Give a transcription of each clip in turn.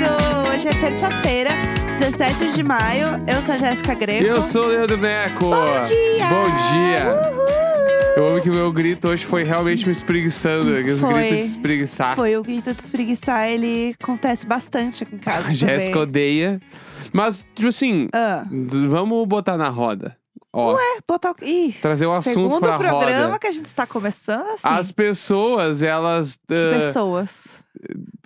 um é terça-feira, 17 de maio. Eu sou a Jéssica Greco. Eu sou o Leandro Neco. Então, Bom dia! Bom dia. Uhul! Eu amo que o meu grito hoje foi realmente me espreguiçando. Aqueles Hum, Foi. gritos de espreguiçar. Foi o grito de espreguiçar, ele acontece bastante aqui em casa. A Jéssica também. odeia. Mas, tipo assim, Ah, d- vamos botar na roda. Ó, é, botar o. Ih, trazer o assunto segundo pra programa roda. que a gente está começando, assim. As pessoas, elas. que ah, pessoas.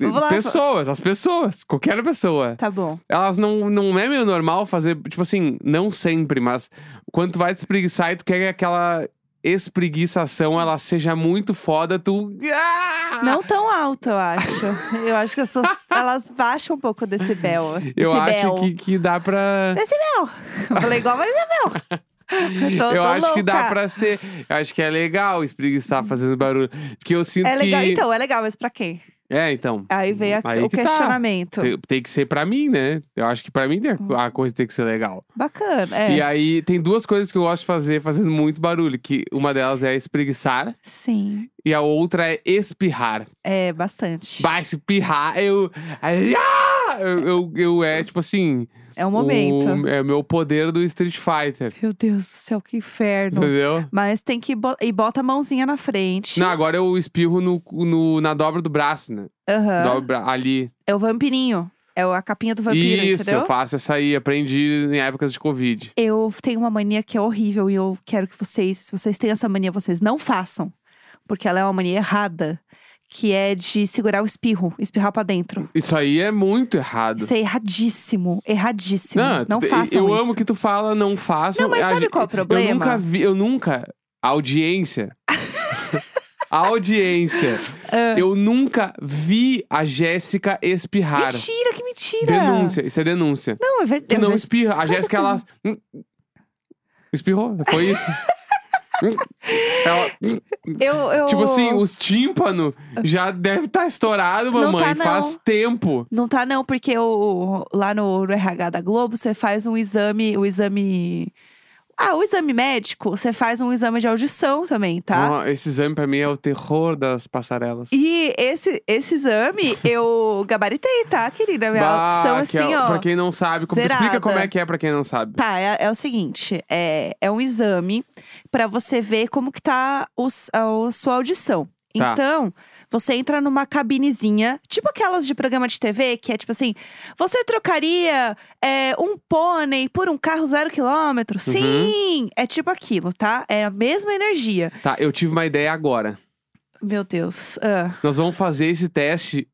Vamos lá. pessoas, as pessoas, qualquer pessoa. Tá bom. Elas não, não é meio normal fazer, tipo assim, não sempre, mas quando tu vai te espreguiçar e tu quer que aquela espreguiçação ela seja muito foda, tu. Ah! Não tão alto, eu acho. eu acho que as pessoas, elas baixam um pouco o decibel. assim, Eu decibel. acho que, que dá pra. Decibel! Eu falei igual a Marisabel. Eu tô- eu tô acho que dá louca. pra ser. Eu acho que é legal espreguiçar fazendo barulho. Porque eu sinto É legal. que. Então, é legal, mas pra quem? É, então. Aí vem a- Aí o que tá. questionamento. Tem, tem que ser pra mim, né? Eu acho que pra mim tem a, a coisa tem que ser legal. Bacana, é. E aí, tem duas coisas que eu gosto de fazer fazendo muito barulho. Que uma delas é espreguiçar Sim, e a outra é espirrar. é bastante. Vai, espirrar, eu. Ai, ah! Eu, eu, eu- é tipo assim. é um momento. O, é o meu poder do Street Fighter. Meu Deus do céu, que inferno. Entendeu? Mas tem que. bo- E bota a mãozinha na frente. Não, agora eu espirro no, no- na dobra do braço, né? Aham. Dobra, bra- ali. É o vampirinho. É o- a capinha do vampiro, Isso, entendeu? eu faço essa aí. Aprendi em épocas de Covid. Eu tenho uma mania que é horrível e eu quero que vocês, se vocês têm essa mania, vocês não façam, porque ela é uma mania errada, que é de segurar o espirro, espirrar pra dentro. Isso aí é muito errado. Isso é erradíssimo, erradíssimo. Não, tu- façam tipo, Eu isso. amo que tu fala, não façam. Não, mas A sabe gen- qual é o problema? Eu nunca vi, eu nunca. A audiência. a audiência. Ah. Eu nunca vi a Jéssica espirrar. Mentira, que mentira. Denúncia, isso é denúncia. Não, é Tu verdade. não espirra. A Jéssica, ela. Hum, Espirrou, foi isso. Hum. ela. hum. Eu, eu... Tipo assim, os tímpanos já deve estar estourado, Não mamãe. tá, não. Faz tempo. Não tá não, porque o, lá no, no RH da Globo, você faz um exame, o exame... Ah, o exame médico, você faz um exame de audição também, tá? Ó, esse exame pra mim é o terror das passarelas. E esse, esse exame eu gabaritei, tá, querida? Minha Bah, audição, que assim, é- ó. Pra quem não sabe, como, zerada. explica como é que é pra quem não sabe. Tá, é, é o seguinte: é, é um exame pra você ver como que tá os, a, a sua audição. Tá. Então, você entra numa cabinezinha, tipo aquelas de programa de TV, que é tipo assim: você trocaria é, um pônei por um carro zero quilômetro? Uhum. Sim! É tipo aquilo, tá? É a mesma energia. Tá, eu tive uma ideia agora. Meu Deus. Ah, Nós vamos fazer esse teste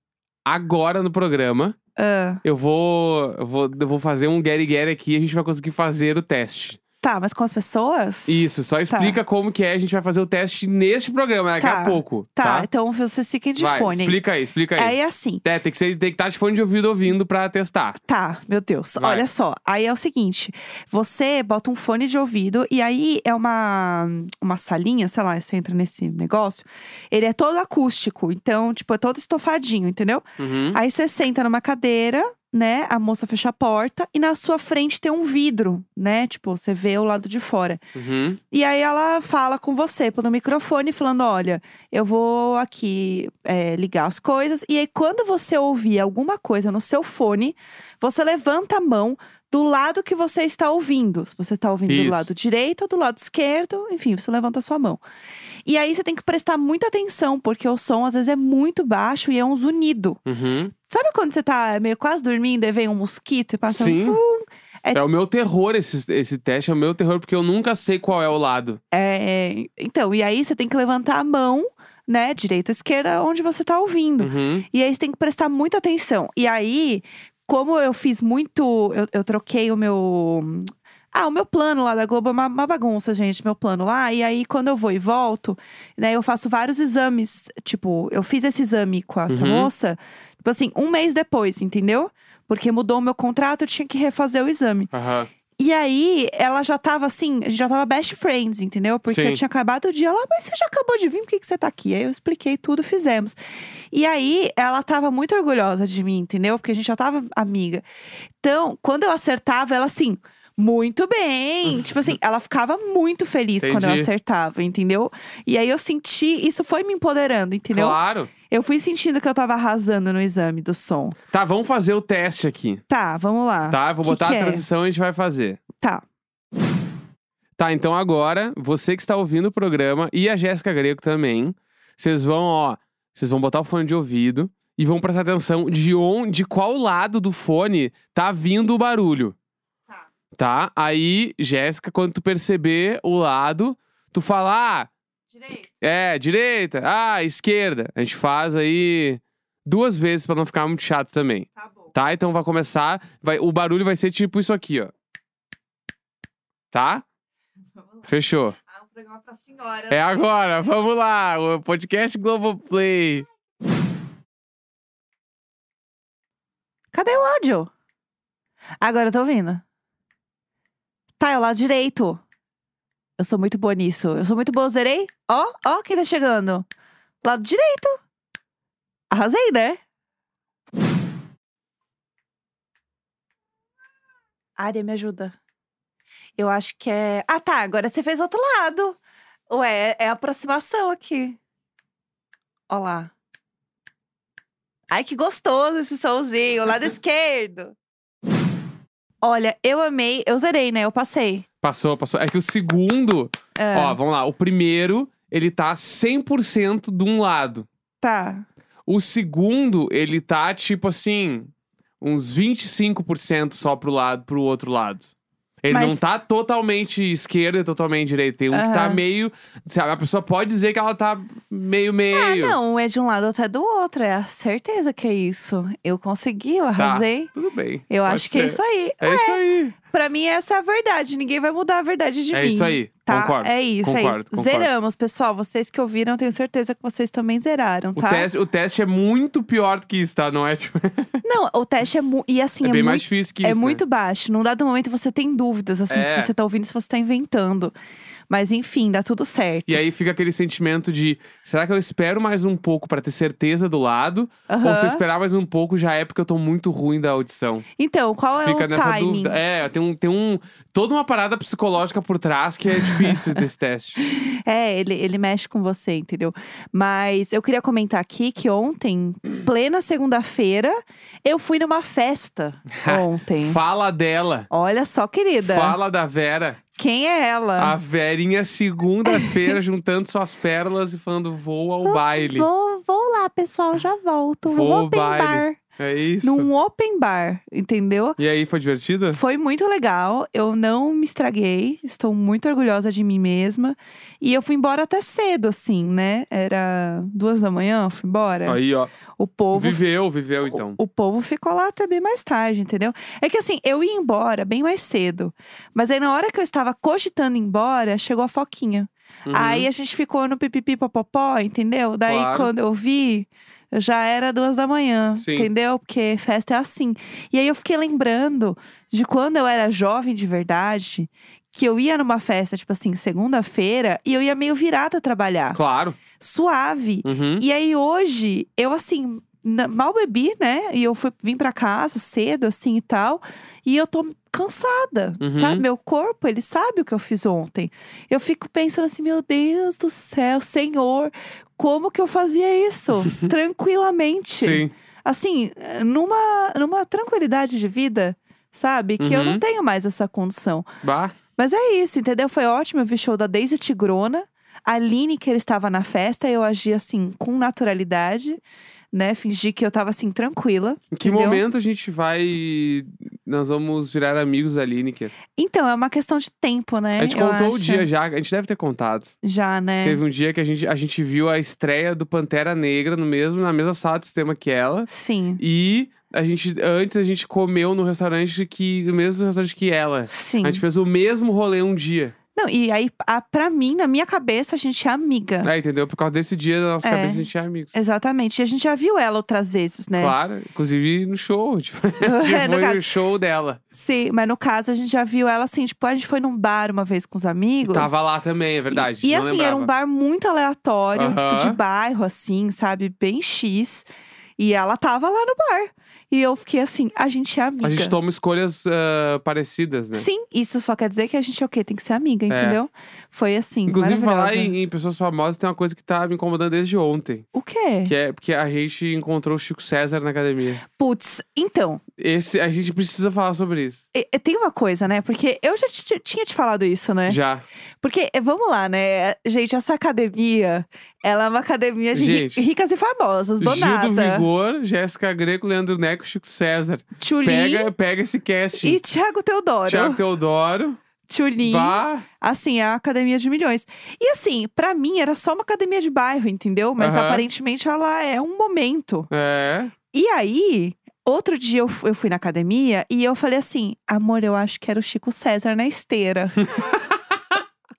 agora no programa. ah. Eu vou, eu vou, eu vou fazer um Gary Gary aqui e a gente vai conseguir fazer o teste. Tá, mas com as pessoas? Isso, só explica como que é. A gente vai fazer o teste neste programa, daqui Tá, a pouco. Tá, Tá, então vocês fiquem de vai, fone. explica aí, explica aí. Aí é assim. É, tem que, ser, tem que estar de fone de ouvido ouvindo pra testar. Tá, meu Deus. Vai. Olha só. Aí é o seguinte: você bota um fone de ouvido e aí é uma, uma salinha, sei lá, você entra nesse negócio. Ele é todo acústico, então, tipo, é todo estofadinho, entendeu? Uhum. Aí você senta numa cadeira, né? A moça fecha a porta e na sua frente tem um vidro, né? Tipo, você vê o lado de fora. Uhum. E aí ela fala com você pelo microfone, falando: olha, eu vou aqui é, ligar as coisas. E aí, quando você ouvir alguma coisa no seu fone, você levanta a mão do lado que você está ouvindo. Se você está ouvindo do Isso. lado direito ou do lado esquerdo, enfim, você levanta a sua mão. E aí você tem que prestar muita atenção, porque o som às vezes é muito baixo e é um zunido. Uhum. Sabe quando você tá meio quase dormindo e vem um mosquito e passa Sim. um. fu- É... É- o meu terror esse, esse teste, é o meu terror, porque eu nunca sei qual é o lado. É, então, e aí você tem que levantar a mão, né, direita ou esquerda, onde você tá ouvindo. Uhum. E aí você tem que prestar muita atenção. E aí, como eu fiz muito. Eu, eu troquei o meu. Ah, o meu plano lá da Globo é uma, uma bagunça, gente, meu plano lá. E aí, quando eu vou e volto, né, eu faço vários exames. Tipo, eu fiz esse exame com essa Uhum. moça, tipo assim, um mês depois, entendeu? Porque mudou o meu contrato, eu tinha que refazer o exame. Aham. E aí, ela já tava assim, a gente já tava best friends, entendeu? Porque Sim. eu tinha acabado o dia lá, mas você já acabou de vir, por que, que você tá aqui? Aí eu expliquei tudo, fizemos. E aí, ela tava muito orgulhosa de mim, entendeu? Porque a gente já tava amiga. Então, quando eu acertava, ela assim, Muito bem! tipo assim, ela ficava muito feliz quando eu Entendi. acertava, entendeu? E aí eu senti, isso foi me empoderando, entendeu? Claro. Eu fui sentindo que eu tava arrasando no exame do som. Tá, vamos fazer o teste aqui. Tá, vamos lá. Tá, eu vou Que botar que a é? transição e a gente vai fazer. Tá. Tá, então agora, você que está ouvindo o programa e a Jéssica Greco também, vocês vão, ó, vocês vão botar o fone de ouvido e vão prestar atenção de onde, de qual lado do fone tá vindo o barulho. Tá. Tá? Aí, Jéssica, quando tu perceber o lado, tu fala, ah, Direito. é, direita, ah, esquerda. A gente faz aí duas vezes pra não ficar muito chato também. Tá bom. Tá? Então vai começar. Vai, o barulho vai ser tipo isso aqui, ó. Tá? Fechou. Ah, um programa pra senhora. É agora, vamos lá. O podcast Globoplay. Cadê o áudio? Agora eu tô ouvindo. Tá, é o lado direito. Eu sou muito boa nisso. Eu sou muito boa, eu zerei. Ó, ó quem tá chegando. Lado direito. Arrasei, né? Área, me ajuda. Eu acho que é... Ah, tá. Agora você fez o outro lado. Ué, é aproximação aqui. Ó lá. Ai, que gostoso esse solzinho, lado esquerdo. Olha, eu amei, eu zerei, né? Eu passei. Passou, passou. É que o segundo. É, Ó, vamos lá. O primeiro, ele tá 100% de um lado. tá. O segundo, ele tá tipo assim. Uns 25% só pro lado, pro outro lado. Ele Mas- não tá totalmente esquerda e totalmente direita. Tem um que tá Aham. meio. Sabe, a pessoa pode dizer que ela tá meio, Ah, meio. não, um é de um lado até do outro. É a certeza que é isso. Eu consegui, eu arrasei. Tudo bem. Eu Tá. pode acho que é ser. isso aí. É isso aí. Pra mim, essa é a verdade. Ninguém vai mudar a verdade de é mim. isso aí. Tá? Concordo. é isso, concordo, é isso. concordo. Zeramos, pessoal. Vocês que ouviram, tenho certeza que vocês também zeraram, O, tá? teste, o teste é muito pior do que isso, tá? Não é, tipo, é Não, o teste é muito. E assim, é, bem muito mais difícil que É isso. né? muito baixo. Num dado momento você tem dúvidas, assim, se É. você tá ouvindo, se você tá inventando. Mas enfim, dá tudo certo. E aí fica aquele sentimento de: será que eu espero mais um pouco pra ter certeza do lado? Aham. Ou se eu esperar mais um pouco, já é porque eu tô muito ruim da audição. Então, qual é Fica o nessa timing? dúvida. É, tem um, tem um. Toda uma parada psicológica por trás que é difícil desse teste. É, ele, ele mexe com você, entendeu? Mas eu queria comentar aqui que ontem, plena segunda-feira, eu fui numa festa ontem. Fala dela. Olha só, querida. Fala da Vera. Quem é ela? A Verinha, segunda-feira, juntando suas pérolas e falando: vou ao baile. Ah, Vou, vou lá, pessoal, já volto. Vou ao Num open baile. bar. É isso. Num open bar, entendeu? E aí, foi divertida? Foi muito legal, eu não me estraguei, estou muito orgulhosa de mim mesma. E eu fui embora até cedo, assim, né? Era duas da manhã, eu fui embora. Aí, ó. o povo. Viveu, viveu então. O, o povo ficou lá até bem mais tarde, entendeu? É que assim, eu ia embora bem mais cedo. Mas aí na hora que eu estava cogitando ir embora, chegou a foquinha. Uhum. Aí a gente ficou no pipipi popopó, entendeu? Daí Claro. quando eu vi, já era duas da manhã, Sim. entendeu? Porque festa é assim. E aí eu fiquei lembrando de quando eu era jovem de verdade, que eu ia numa festa, tipo assim, segunda-feira, e eu ia meio virada trabalhar. Claro. Suave. Uhum. E aí hoje, eu assim, na- mal bebi, né? E eu fui, vim pra casa cedo, assim e tal. E eu tô cansada, Uhum. sabe? Meu corpo, ele sabe o que eu fiz ontem. Eu fico pensando assim, meu Deus do céu, Senhor, como que eu fazia isso? Tranquilamente. Sim. Assim, numa, numa tranquilidade de vida, sabe? Que eu Uhum. não tenho mais essa condição. Bah. Mas é isso, entendeu? Foi ótimo. Eu vi show da Daisy Tigrona. A Aline, que ele estava na festa, eu agi assim, com naturalidade, né? Fingi que eu tava assim, tranquila. Em que entendeu? momento a gente vai. Nós vamos virar amigos da Lineker? Então, é uma questão de tempo, né? a gente eu contou o acho. dia já, a gente deve ter contado. Já, né? Teve um dia que a gente, a gente viu a estreia do Pantera Negra no mesmo, na mesma sala de sistema que ela. Sim. E a gente, antes a gente comeu no restaurante que. No mesmo restaurante que ela. Sim. A gente fez o mesmo rolê um dia. Não, e aí, a, pra mim, na minha cabeça, a gente é amiga. É, entendeu? Por causa desse dia, na nossa É. cabeça a gente é amigos. Exatamente. E a gente já viu ela outras vezes, né? Claro, inclusive no show. Tipo, a gente É, no foi caso. no show dela. Sim, mas no caso, a gente já viu ela assim, tipo, a gente foi num bar uma vez com os amigos. Tava lá também, é verdade. E, e não assim, lembrava. era um bar muito aleatório, Aham. tipo de bairro, assim, sabe? Bem X. E ela tava lá no bar. E eu fiquei assim, a gente é amiga. A gente toma escolhas ah, parecidas, né? Sim, isso só quer dizer que a gente é o quê? Tem que ser amiga, entendeu? Foi assim, Inclusive, falar maravilhosa. em, em pessoas famosas tem uma coisa que tá me incomodando desde ontem. O quê? Que é porque a gente encontrou o Chico César na academia. Putz, então, Esse, a gente precisa falar sobre isso. e- e tem uma coisa, né? Porque eu já te- tinha te falado isso, né? Já. Porque, eh, vamos lá, né? Gente, essa academia, ela é uma academia de ri- Gente. ricas e famosas, do Gil do nada. Vigor, Jéssica Greco, Leandro Neco, Chico César. Tchulin Pega, pega esse casting. e Thiago Teodoro. Tiago Teodoro. Tchulin. Vá. Assim, é a academia de milhões. E assim, pra mim era só uma academia de bairro, entendeu? Mas Aham. aparentemente ela é um momento. É. E aí, outro dia eu, fu- eu fui na academia e eu falei assim: amor, eu acho que era o Chico César na esteira.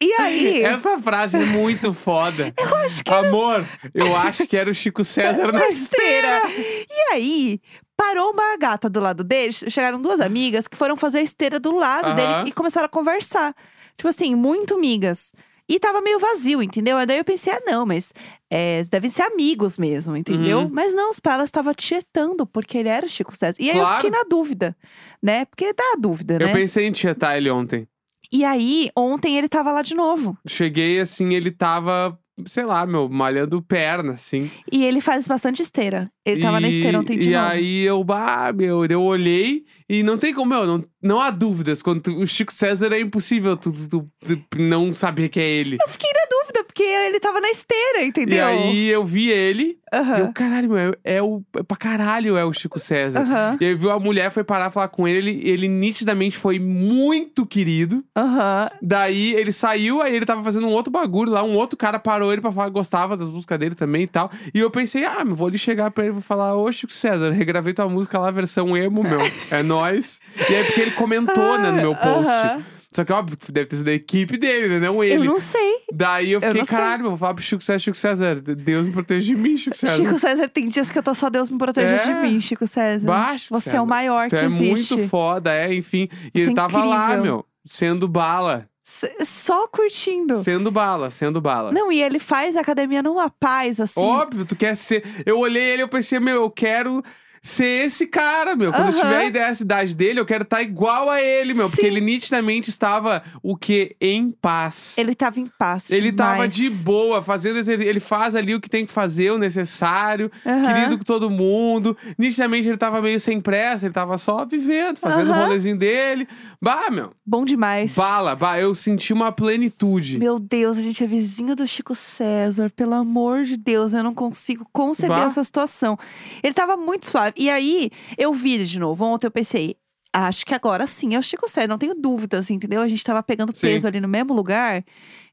e aí, Essa frase é muito foda. Eu acho que Amor, eu acho que era o Chico César na na esteira. esteira. E aí, parou uma gata do lado dele, chegaram duas amigas que foram fazer a esteira do lado Aham. dele e começaram a conversar. Tipo assim, muito amigas. E tava meio vazio, entendeu? Aí daí eu pensei, ah, não, mas é, eles devem ser amigos mesmo, entendeu? Uhum. Mas não, os palas estavam tietando, porque ele era o Chico César. E aí eu Claro. fiquei na dúvida, né? Porque dá a dúvida, né? Eu pensei em tietar ele ontem. E aí, ontem ele tava lá de novo. Cheguei assim, ele tava, sei lá, meu, malhando perna, assim. E ele faz bastante esteira. Ele tava e, na esteira ontem de E novo. aí eu, bah, meu, eu olhei e não tem como, meu, não, não há dúvidas. Quando tu- o Chico César é impossível tu, tu- tu não saber que é ele. Eu fiquei na dúvida, porque ele tava na esteira, entendeu? Ah. E aí eu vi ele, Aham. e eu, caralho, meu, é, é o. É pra caralho é o Chico César. Aham, E aí viu a mulher, foi parar falar com ele, ele, ele nitidamente foi muito querido. aham. Daí ele saiu, aí ele tava fazendo um outro bagulho lá, um outro cara parou ele pra falar que gostava das músicas dele também e tal. E eu pensei, ah, meu, vou ali chegar pra ele e vou falar, ô Chico César, regravei tua música lá, versão emo, meu. É nóis. E aí porque ele comentou, né, no meu post. Ah, Aham. Só que, óbvio, deve ter sido da equipe dele, né? Não ele. Eu não sei. Daí eu fiquei, não sei. caralho, meu, vou falar pro Chico César, Chico César, Deus me proteja de mim, Chico César. Chico César tem dias que eu tô só Deus me proteja É. de mim, Chico César. Bah, Chico Você é César. o maior Tu que é existe. muito foda, é, enfim. E Isso ele é tava lá, incrível. meu, sendo bala. S- Só curtindo. Sendo bala, sendo bala. Não, e ele faz a academia numa paz, assim. Óbvio, tu quer ser. Eu olhei ele e eu pensei, meu, eu quero ser esse cara, meu. Quando eu Aham. tiver a ideia da cidade dele, eu quero estar igual a ele, meu. Porque Sim. ele nitidamente estava o quê? Em paz. Ele tava em paz. Ele tava demais. de boa, fazendo exercício. Ele faz ali o que tem que fazer, o necessário, Aham. querido com todo mundo. Nitidamente ele tava meio sem pressa, ele tava só vivendo, fazendo o Aham. rolezinho dele. Bah, meu. Bom demais. Bala, bah, eu senti uma plenitude. Meu Deus, a gente é vizinho do Chico César, pelo amor de Deus, eu não consigo conceber Bah. essa situação. Ele tava muito suave. E aí, eu vi ele de novo. Ontem eu pensei, acho que agora sim é o Chico César, não tenho dúvidas, entendeu? A gente tava pegando Sim. peso ali no mesmo lugar,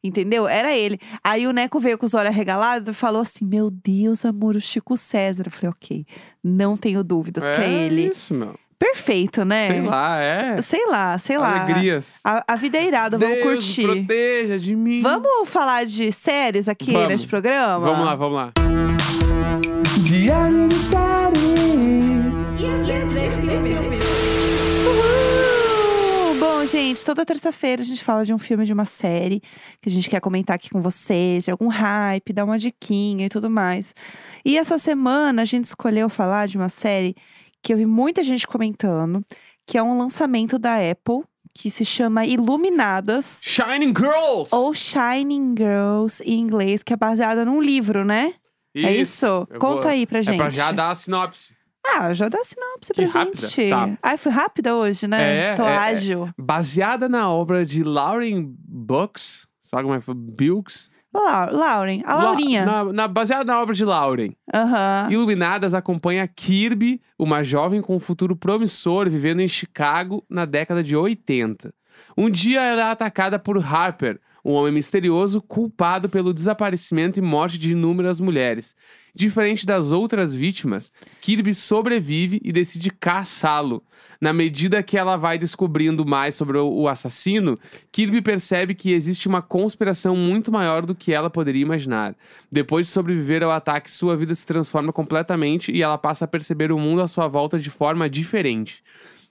entendeu? Era ele. Aí o Neco veio com os olhos arregalados e falou assim: Meu Deus, amor, o Chico César. Eu falei, ok, não tenho dúvidas que é ele. isso, meu. Perfeito, né? Sei lá, é. Sei lá, sei lá. Alegrias. A, a vida é irada, vamos Deus curtir. me proteja de mim. Vamos falar de séries aqui Vamos. neste programa? Vamos lá, vamos lá. Uhul! Bom, gente, toda terça-feira a gente fala de um filme, de uma série que a gente quer comentar aqui com vocês, de algum hype, dar uma diquinha e tudo mais. E essa semana a gente escolheu falar de uma série que eu vi muita gente comentando, que é um lançamento da Apple, que se chama Iluminadas. Shining Girls! Ou Shining Girls em inglês, que é baseada num livro, né? É isso? Eu Conta vou- aí pra gente. É pra já dar a sinopse. Ah, já dá sinopse pra Que rápida. gente. Tá. Ai, fui rápida hoje, né? É, Tô é, é. ágil. Baseada na obra de Lauren Bucks. Sabe como é que foi? Bilks? Lau- Lauren, a La- Laurinha. Ah. na- na- baseada na obra de Lauren. Aham. Iluminadas acompanha Kirby, uma jovem com um futuro promissor vivendo em Chicago na década de 80. Um dia ela é atacada por Harper, um homem misterioso culpado pelo desaparecimento e morte de inúmeras mulheres. Diferente das outras vítimas, Kirby sobrevive e decide caçá-lo. Na medida que ela vai descobrindo mais sobre o o assassino, Kirby percebe que existe uma conspiração muito maior do que ela poderia imaginar. Depois de sobreviver ao ataque, sua vida se transforma completamente e ela passa a perceber o mundo à sua volta de forma diferente.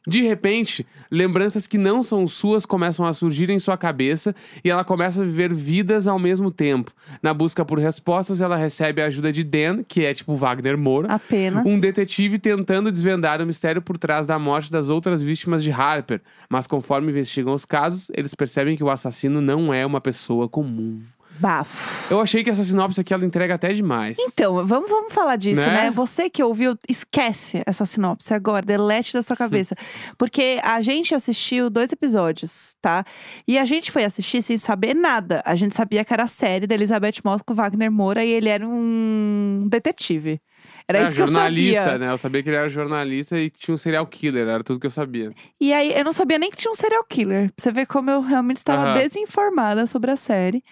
De repente, lembranças que não são suas começam a surgir em sua cabeça e ela começa a viver vidas ao mesmo tempo. Na busca por respostas, ela recebe a ajuda de Dan, que é tipo Wagner Moura, Apenas. um detetive tentando desvendar o mistério por trás da morte das outras vítimas de Harper. Mas conforme investigam os casos, eles percebem que o assassino não é uma pessoa comum. Bafo. Eu achei que essa sinopse aqui ela entrega até demais. Então, vamos, vamos falar disso, Né? né? Você que ouviu, esquece essa sinopse agora, delete da sua cabeça. Porque a gente assistiu dois episódios, tá? E a gente foi assistir sem saber nada. A gente sabia que era a série da Elizabeth Moss com o Wagner Moura e ele era um detetive. Era isso que eu É, jornalista, sabia. né? Eu sabia que ele era jornalista e que tinha um serial killer, era tudo que eu sabia. E aí, eu não sabia nem que tinha um serial killer. Pra você ver como eu realmente estava Aham. desinformada sobre a série.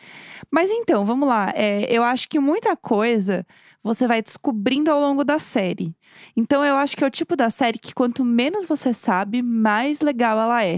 Mas então, vamos lá. É, eu acho que muita coisa você vai descobrindo ao longo da série. Então, eu acho que é o tipo da série que quanto menos você sabe, mais legal ela é.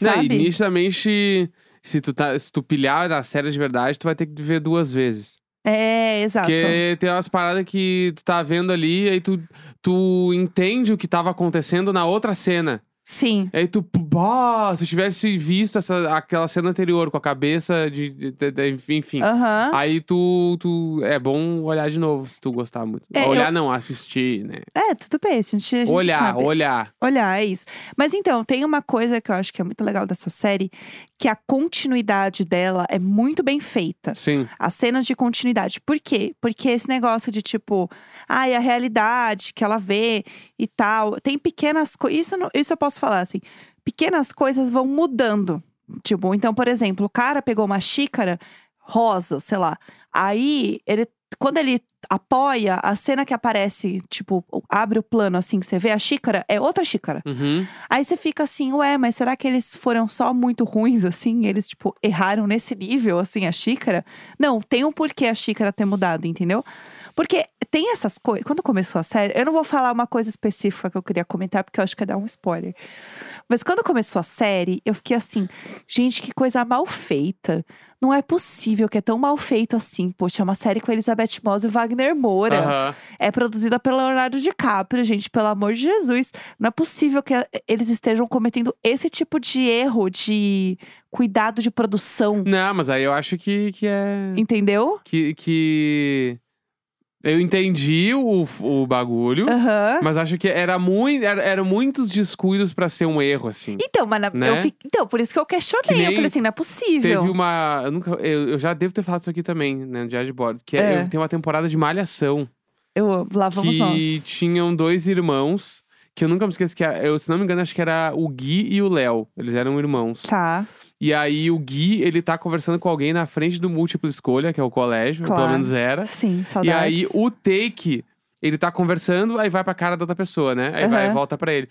Não, Sabe? e nitidamente, se tu, tá, se tu pilhar na série de verdade, tu vai ter que ver duas vezes. É, exato. Porque tem umas paradas que tu tá vendo ali, aí tu, tu entende o que tava acontecendo na outra cena. Sim. Aí tu, bah, se eu tivesse visto essa, aquela cena anterior com a cabeça de. de- de- de- enfim. Aham. Aí tu, tu. É bom olhar de novo se tu gostar muito. É, olhar não, assistir, né? É, tudo bem. A gente, a gente olhar, sabe. olhar. Olha, é isso. Mas então, tem uma coisa que eu acho que é muito legal dessa série, que a continuidade dela é muito bem feita. Sim. As cenas de continuidade. Por quê? Porque esse negócio de tipo, ai, a realidade que ela vê e tal. Tem pequenas coisas. Isso, não- isso eu posso falar assim. Pequenas coisas vão mudando. Tipo, então, por exemplo, o cara pegou uma xícara rosa, sei lá. Aí, ele, quando ele apoia, a cena que aparece, tipo, abre o plano assim que você vê a xícara, é outra xícara. Uhum. Aí você fica assim, ué, mas será que eles foram só muito ruins, assim? Eles, tipo, erraram nesse nível, assim, a xícara? Não, tem um porquê a xícara ter mudado, entendeu? Porque tem essas coisas. Quando começou a série, eu não vou falar uma coisa específica que eu queria comentar, porque eu acho que ia dar um spoiler. Mas quando começou a série, eu fiquei assim, gente, que coisa mal feita. Não é possível que é tão mal feito assim. Poxa, é uma série com Elizabeth Moss e o Wagner Moura. Aham. É produzida pelo Leonardo DiCaprio, gente, pelo amor de Jesus. Não é possível que eh, eles estejam cometendo esse tipo de erro de cuidado de produção, Não, mas aí eu acho que, que é. entendeu? Que, que. Eu entendi o, o bagulho. Aham. Mas acho que era muito, era, eram muitos descuidos pra ser um erro, assim. Então, mas na- Né? eu fi- então, por isso que eu questionei. Que nem eu falei assim, não é possível. Teve um uma. Eu, nunca, eu, eu já devo ter falado isso aqui também, né? No Diário de Bordo. Que é, É. tem uma temporada de Malhação. Eu, lá vamos que nós. tinham dois irmãos. Que eu nunca me esqueço que era- eu, se não me engano, acho que era o Gui e o Léo. Eles eram irmãos. Tá. E aí o Gui, ele tá conversando com alguém na frente do múltipla escolha, que é o colégio, Claro. pelo menos era. Sim, E saudades. aí o take, ele tá conversando, aí vai pra cara da outra pessoa, né? Aí vai Aham. volta pra ele.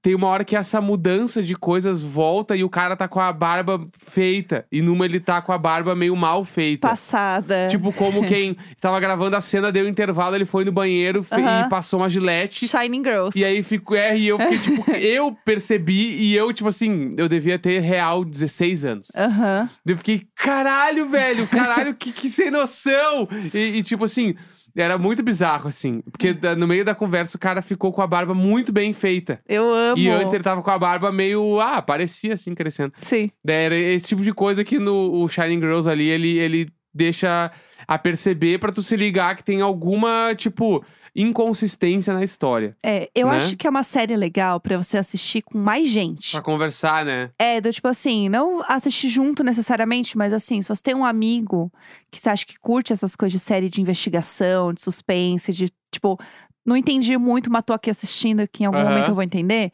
Tem uma hora que essa mudança de coisas volta e o cara tá com a barba feita. E numa ele tá com a barba meio mal feita. Passada. Tipo, como quem tava gravando a cena, deu intervalo, ele foi no banheiro fe- Aham. e passou uma gilete. Shining Girls. E aí ficou. É, e eu fiquei, tipo, eu percebi e eu, tipo assim, eu devia ter real 16 anos. Aham. Eu fiquei, caralho, velho, caralho, que, que sem noção! E, e, tipo assim, era muito bizarro, assim. Porque da- no meio da conversa o cara ficou com a barba muito bem feita. Eu amo. E antes ele tava com a barba meio. Ah, parecia assim, crescendo. Sim. Daí Era esse tipo de coisa que no o Shining Girls ali, ele, ele deixa a perceber pra tu se ligar que tem alguma, tipo, inconsistência na história. É, eu Né? acho que é uma série legal pra você assistir com mais gente. Pra conversar, né? É, do tipo assim, não assistir junto necessariamente, mas assim, se você tem um amigo que você acha que curte essas coisas de série de investigação, de suspense, de tipo, não entendi muito, mas tô aqui assistindo, que em algum Aham. momento eu vou entender.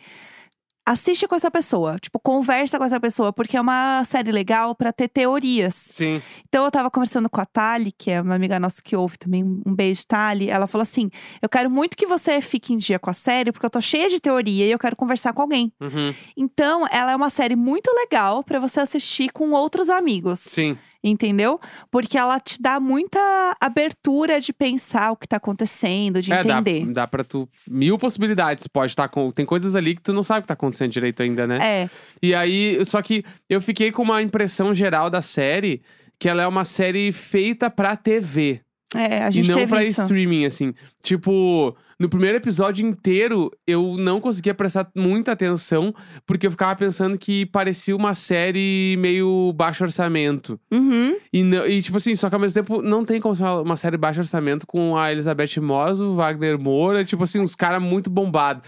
Assiste com essa pessoa, tipo, conversa com essa pessoa, porque é uma série legal pra ter teorias. Sim. Então eu tava conversando com a Tali, que é uma amiga nossa que ouve também, um um beijo, Tali. Ela falou assim: Eu quero muito que você fique em dia com a série, porque eu tô cheia de teoria e eu quero conversar com alguém. Uhum. Então, ela é uma série muito legal pra você assistir com outros amigos. Sim. Entendeu? Porque ela te dá muita abertura de pensar o que tá acontecendo, de É, dá, entender. dá pra tu. Mil possibilidades. Pode estar com. Tem coisas ali que tu não sabe o que tá acontecendo direito ainda, né? É, E aí, só que eu fiquei com uma impressão geral da série que ela é uma série feita pra TV é, a e gente não teve pra isso. streaming, assim. Tipo, No primeiro episódio inteiro, eu não conseguia prestar muita atenção, porque eu ficava pensando que parecia uma série meio baixo orçamento. Uhum. E, não- e, tipo assim, só que ao mesmo tempo não tem como ser uma, uma série baixo orçamento com a Elizabeth Moss, o Wagner Moura, tipo assim, uns caras muito bombados.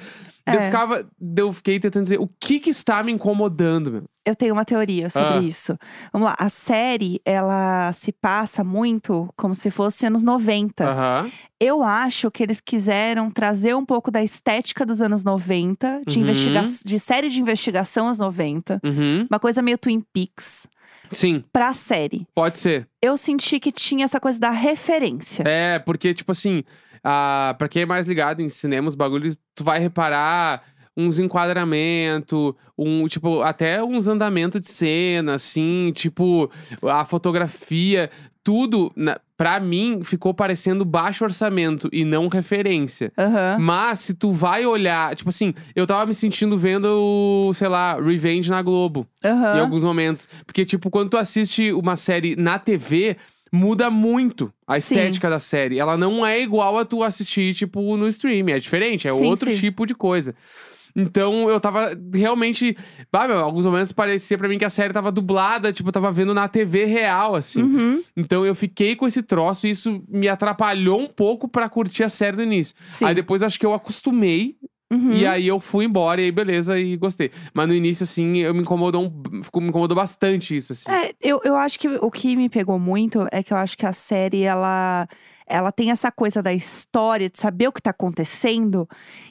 Daí Eu É. ficava. daí Eu fiquei tentando entender o que que está me incomodando, meu. Eu tenho uma teoria sobre Ah. isso. Vamos lá. A série, ela se passa muito como se fosse anos 90. Aham. Eu acho que eles quiseram trazer um pouco da estética dos anos 90, de, Uhum. investiga de série de investigação aos 90. Uhum. Uma coisa meio Twin Peaks Sim, pra série. pode ser. Eu senti que tinha essa coisa da referência. É, porque, tipo assim, a, pra quem é mais ligado em cinema, os bagulhos, tu vai reparar uns enquadramentos, um, tipo, até uns andamentos de cena, assim, tipo, a fotografia, tudo, na, pra mim, ficou parecendo baixo orçamento e não referência. Aham. Mas se tu vai olhar, tipo assim, eu tava me sentindo vendo, o, sei lá, Revenge na Globo Aham. em alguns momentos. Porque, tipo, quando tu assiste uma série na TV, muda muito a Sim. estética da série. Ela não é igual a tu assistir, tipo, no streaming. É diferente, é Sim, outro sim. tipo de coisa. Então eu tava realmente. Bah, meu, alguns momentos parecia pra mim que a série tava dublada, tipo, eu tava vendo na TV real, assim. Uhum. Então eu fiquei com esse troço e isso me atrapalhou um pouco pra curtir a série no início. Sim. Aí depois eu acho que eu acostumei Uhum. e aí eu fui embora, e aí beleza, e gostei. Mas no início, assim, eu me incomodou, um- ficou- me incomodou bastante isso, assim. É, eu, eu acho que o que me pegou muito é que eu acho que a série, ela, ela tem essa coisa da história, de saber o que tá acontecendo,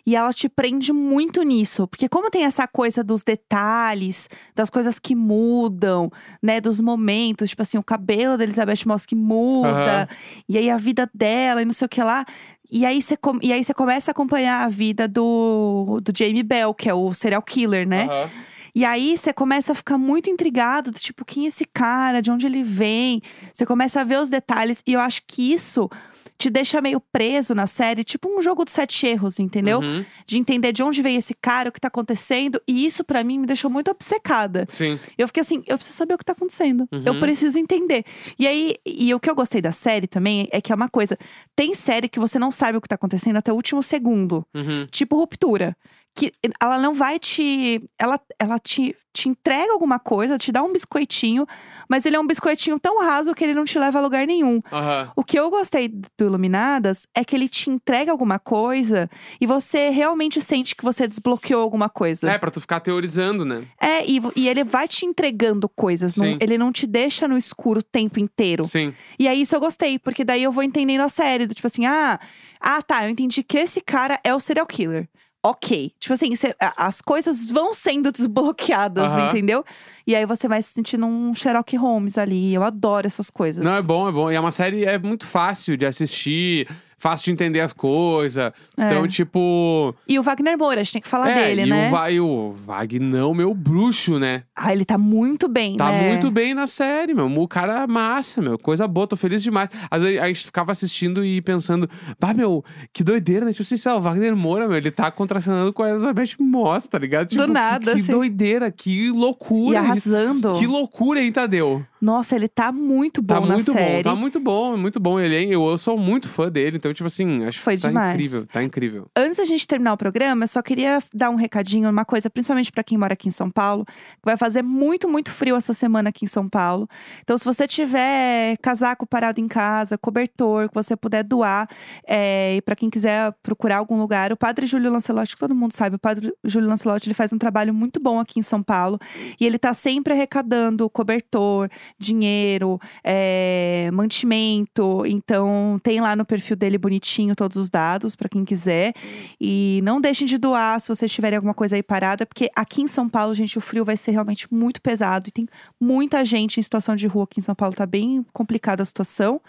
e ela te prende muito nisso. Porque como tem essa coisa dos detalhes, das coisas que mudam, né, dos momentos, tipo assim, o cabelo da Elizabeth Moss que muda, e aí a vida dela e não sei o que lá. E aí você com- e aí você começa a acompanhar a vida do, do Jamie Bell, que é o serial killer, né? Aham. E aí você começa a ficar muito intrigado, do tipo, quem é esse cara? De onde ele vem? Você começa a ver os detalhes e eu acho que isso te deixa meio preso na série, tipo um jogo de sete erros, entendeu? Uhum. De entender de onde veio esse cara, o que tá acontecendo, e isso pra mim me deixou muito obcecada. Sim. Eu fiquei assim, eu preciso saber o que tá acontecendo. Uhum. Eu preciso entender. E aí, e o que eu gostei da série também é que é uma coisa, tem série que você não sabe o que tá acontecendo até o último segundo Uhum. tipo ruptura. Que ela não vai te. Ela, ela te, te entrega alguma coisa, te dá um biscoitinho, mas ele é um biscoitinho tão raso que ele não te leva a lugar nenhum. Aham. O que eu gostei do Iluminadas é que ele te entrega alguma coisa e você realmente sente que você desbloqueou alguma coisa. É, pra tu ficar teorizando, né? É, e, vo- e ele vai te entregando coisas, não- Sim. ele não te deixa no escuro o tempo inteiro. Sim. E aí isso eu gostei, porque daí eu vou entendendo a série, do tipo assim, ah, ah, tá, eu entendi que esse cara é o serial killer. Ok. Tipo assim, cê- a- as coisas vão sendo desbloqueadas, Aham. entendeu? E aí você vai se sentindo um Sherlock Holmes ali. Eu adoro essas coisas. Não, é bom, é bom. E é uma série é muito fácil de assistir, fácil de entender as coisas. Então, tipo. E o Wagner Moura, a gente tem que falar é, É. dele, e né? o, vai, o Vagnão, meu bruxo, né? Ah, ele tá muito bem, Tá né? muito bem na série, meu. O cara é massa, meu. Coisa boa, tô feliz demais. Às vezes a gente ficava assistindo e pensando, bah, meu, que doideira, né? Tipo assim, sei lá, o Wagner Moura, meu, ele tá contracionando com a Elizabeth Moss, tá ligado? Tipo, que- nada, Que, assim. doideira, que E loucura. isso. arrasando. Que loucura, hein, Tadeu? Nossa, ele tá muito bom tá na muito série. bom, tá muito bom, muito bom ele, hein? Eu, eu sou muito fã dele, então, tipo assim, acho Foi que tá demais. incrível, tá incrível. Antes da gente terminar o programa, eu só queria dar um recadinho, uma coisa, principalmente para quem mora aqui em São Paulo, que vai fazer muito, muito frio essa semana aqui em São Paulo. Então, se você tiver casaco parado em casa, cobertor, que você puder doar, é, e para quem quiser procurar algum lugar, o Padre Júlio Lancelotti, que todo mundo sabe, o Padre Júlio Lancelotti, ele faz um trabalho muito bom aqui em São Paulo e ele tá sempre arrecadando cobertor, dinheiro, é, mantimento. Então, tem lá no perfil dele bonitinho todos os dados para quem quiser. E não deixem de doar se vocês tiverem alguma coisa aí parada, porque aqui em São Paulo, gente, o frio vai ser realmente muito pesado e tem muita gente em situação de rua aqui em São Paulo. Tá bem complicada a situação.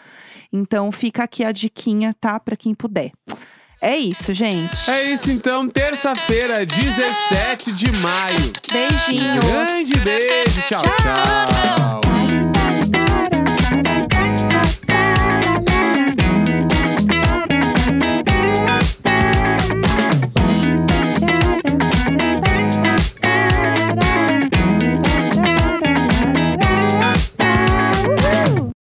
Então, fica aqui a diquinha, tá? Para quem puder. É isso, gente. É isso então, terça-feira, 17 de maio. Beijinhos. Grande beijo, tchau. tchau.